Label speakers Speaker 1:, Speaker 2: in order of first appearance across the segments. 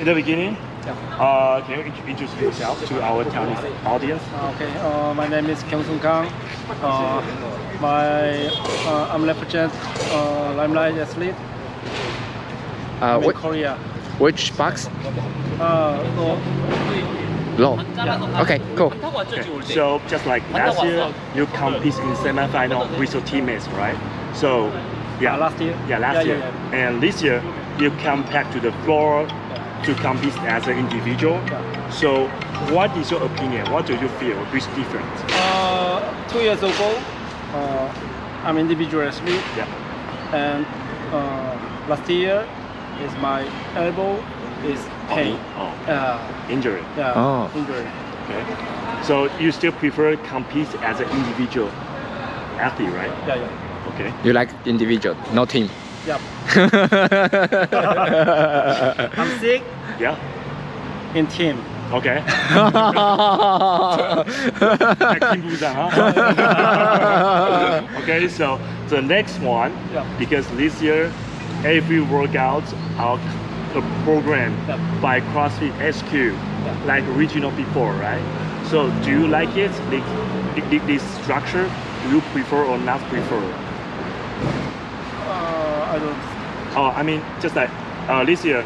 Speaker 1: in the beginning,
Speaker 2: Yeah.
Speaker 1: uh, can you int- introduce yourself to our Chinese audience?
Speaker 2: Okay. Uh, my name is Kyung Sung Kang. Uh, my uh, I'm represent uh, Limelight athlete
Speaker 3: Uh,
Speaker 2: in
Speaker 3: which,
Speaker 2: Korea.
Speaker 3: which box?
Speaker 2: Uh, so,
Speaker 3: Low. Okay, cool.
Speaker 1: Okay. So just like last year, you compete in semifinal with your teammates, right? So, yeah.
Speaker 2: Uh, last year?
Speaker 1: Yeah, last
Speaker 2: Yeah, yeah,
Speaker 1: year. And this year, you come back to the floor to compete as an individual.
Speaker 2: Yeah.
Speaker 1: So, what is your opinion? What do you feel is different?
Speaker 2: uh, two years ago, uh, I'm individual athlete,
Speaker 1: Yeah.
Speaker 2: and uh, last year is my elbow is pain.
Speaker 1: Oh,
Speaker 2: Uh,
Speaker 1: injury.
Speaker 2: yeah,
Speaker 3: Oh.
Speaker 2: injury.
Speaker 1: Okay. So you still prefer compete as an individual athlete, right?
Speaker 2: Yeah, yeah,
Speaker 1: Okay.
Speaker 3: You like individual, no team.
Speaker 2: yeah. I'm sick
Speaker 1: Yeah.
Speaker 2: in team.
Speaker 1: Okay. I keep
Speaker 3: okay,
Speaker 1: losing, huh? okay. So the next one,
Speaker 2: Yeah.
Speaker 1: because this year every workout are programmed
Speaker 2: Yeah.
Speaker 1: by CrossFit SQ, like regional before, right? So do you like it? Like, thi- thi- this structure, do you prefer or not prefer?
Speaker 2: Uh, I don't.
Speaker 1: Oh, I mean, just like uh, this year,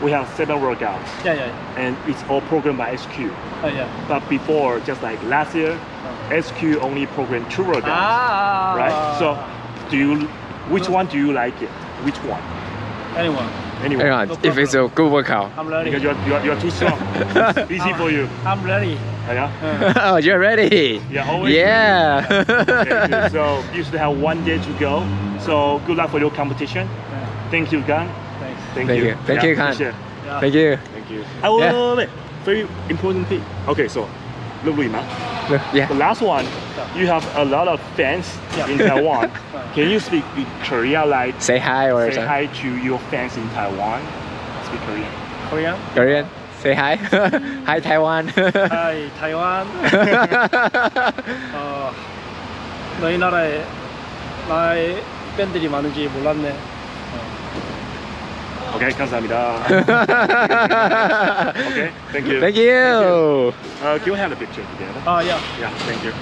Speaker 1: we have seven workouts,
Speaker 2: Yeah, yeah,
Speaker 1: and it's all programmed by SQ.
Speaker 2: uh, yeah.
Speaker 1: But before, just like last year, SQ only programmed two workouts,
Speaker 2: Ah,
Speaker 1: right? So, do you, which one do you like it? Which one?
Speaker 2: anyone,
Speaker 1: Anyway,
Speaker 3: Hang on, if it's a good workout.
Speaker 2: I'm ready.
Speaker 1: because you're, you're, you're too strong. it's easy for you.
Speaker 2: I'm ready.
Speaker 1: Yeah.
Speaker 2: Uh,
Speaker 3: Oh, You're ready.
Speaker 1: Yeah, always
Speaker 3: Yeah.
Speaker 1: Okay, good. so you still have one day to go. So good luck for your competition.
Speaker 2: yeah,
Speaker 1: Thank you, Gan.
Speaker 2: thanks.
Speaker 1: Thank,
Speaker 3: Thank
Speaker 1: you.
Speaker 3: you. Thank you, Gan.
Speaker 1: appreciate it.
Speaker 2: Yeah.
Speaker 3: Thank you.
Speaker 1: Thank you. Oh, wait, wait, wait, wait. Very important thing. Okay, so, look, Lima. The
Speaker 3: Yeah.
Speaker 1: last one, you have a lot of fans
Speaker 2: Yeah.
Speaker 1: in Taiwan. Can you speak in Korea like
Speaker 3: Say hi or
Speaker 1: say hi to your fans in Taiwan? Speak Korean.
Speaker 2: Korean.
Speaker 3: Korean. Say hi. hi Taiwan.
Speaker 2: Hi, Taiwan. 어, 너희 나라에 나의 팬들이 많은지 몰랐네.
Speaker 1: Okay, 감사합니다. okay, thank you.
Speaker 3: Thank you.
Speaker 1: Uh, can we have a picture together?
Speaker 2: 아, 야.
Speaker 1: Yeah, thank you.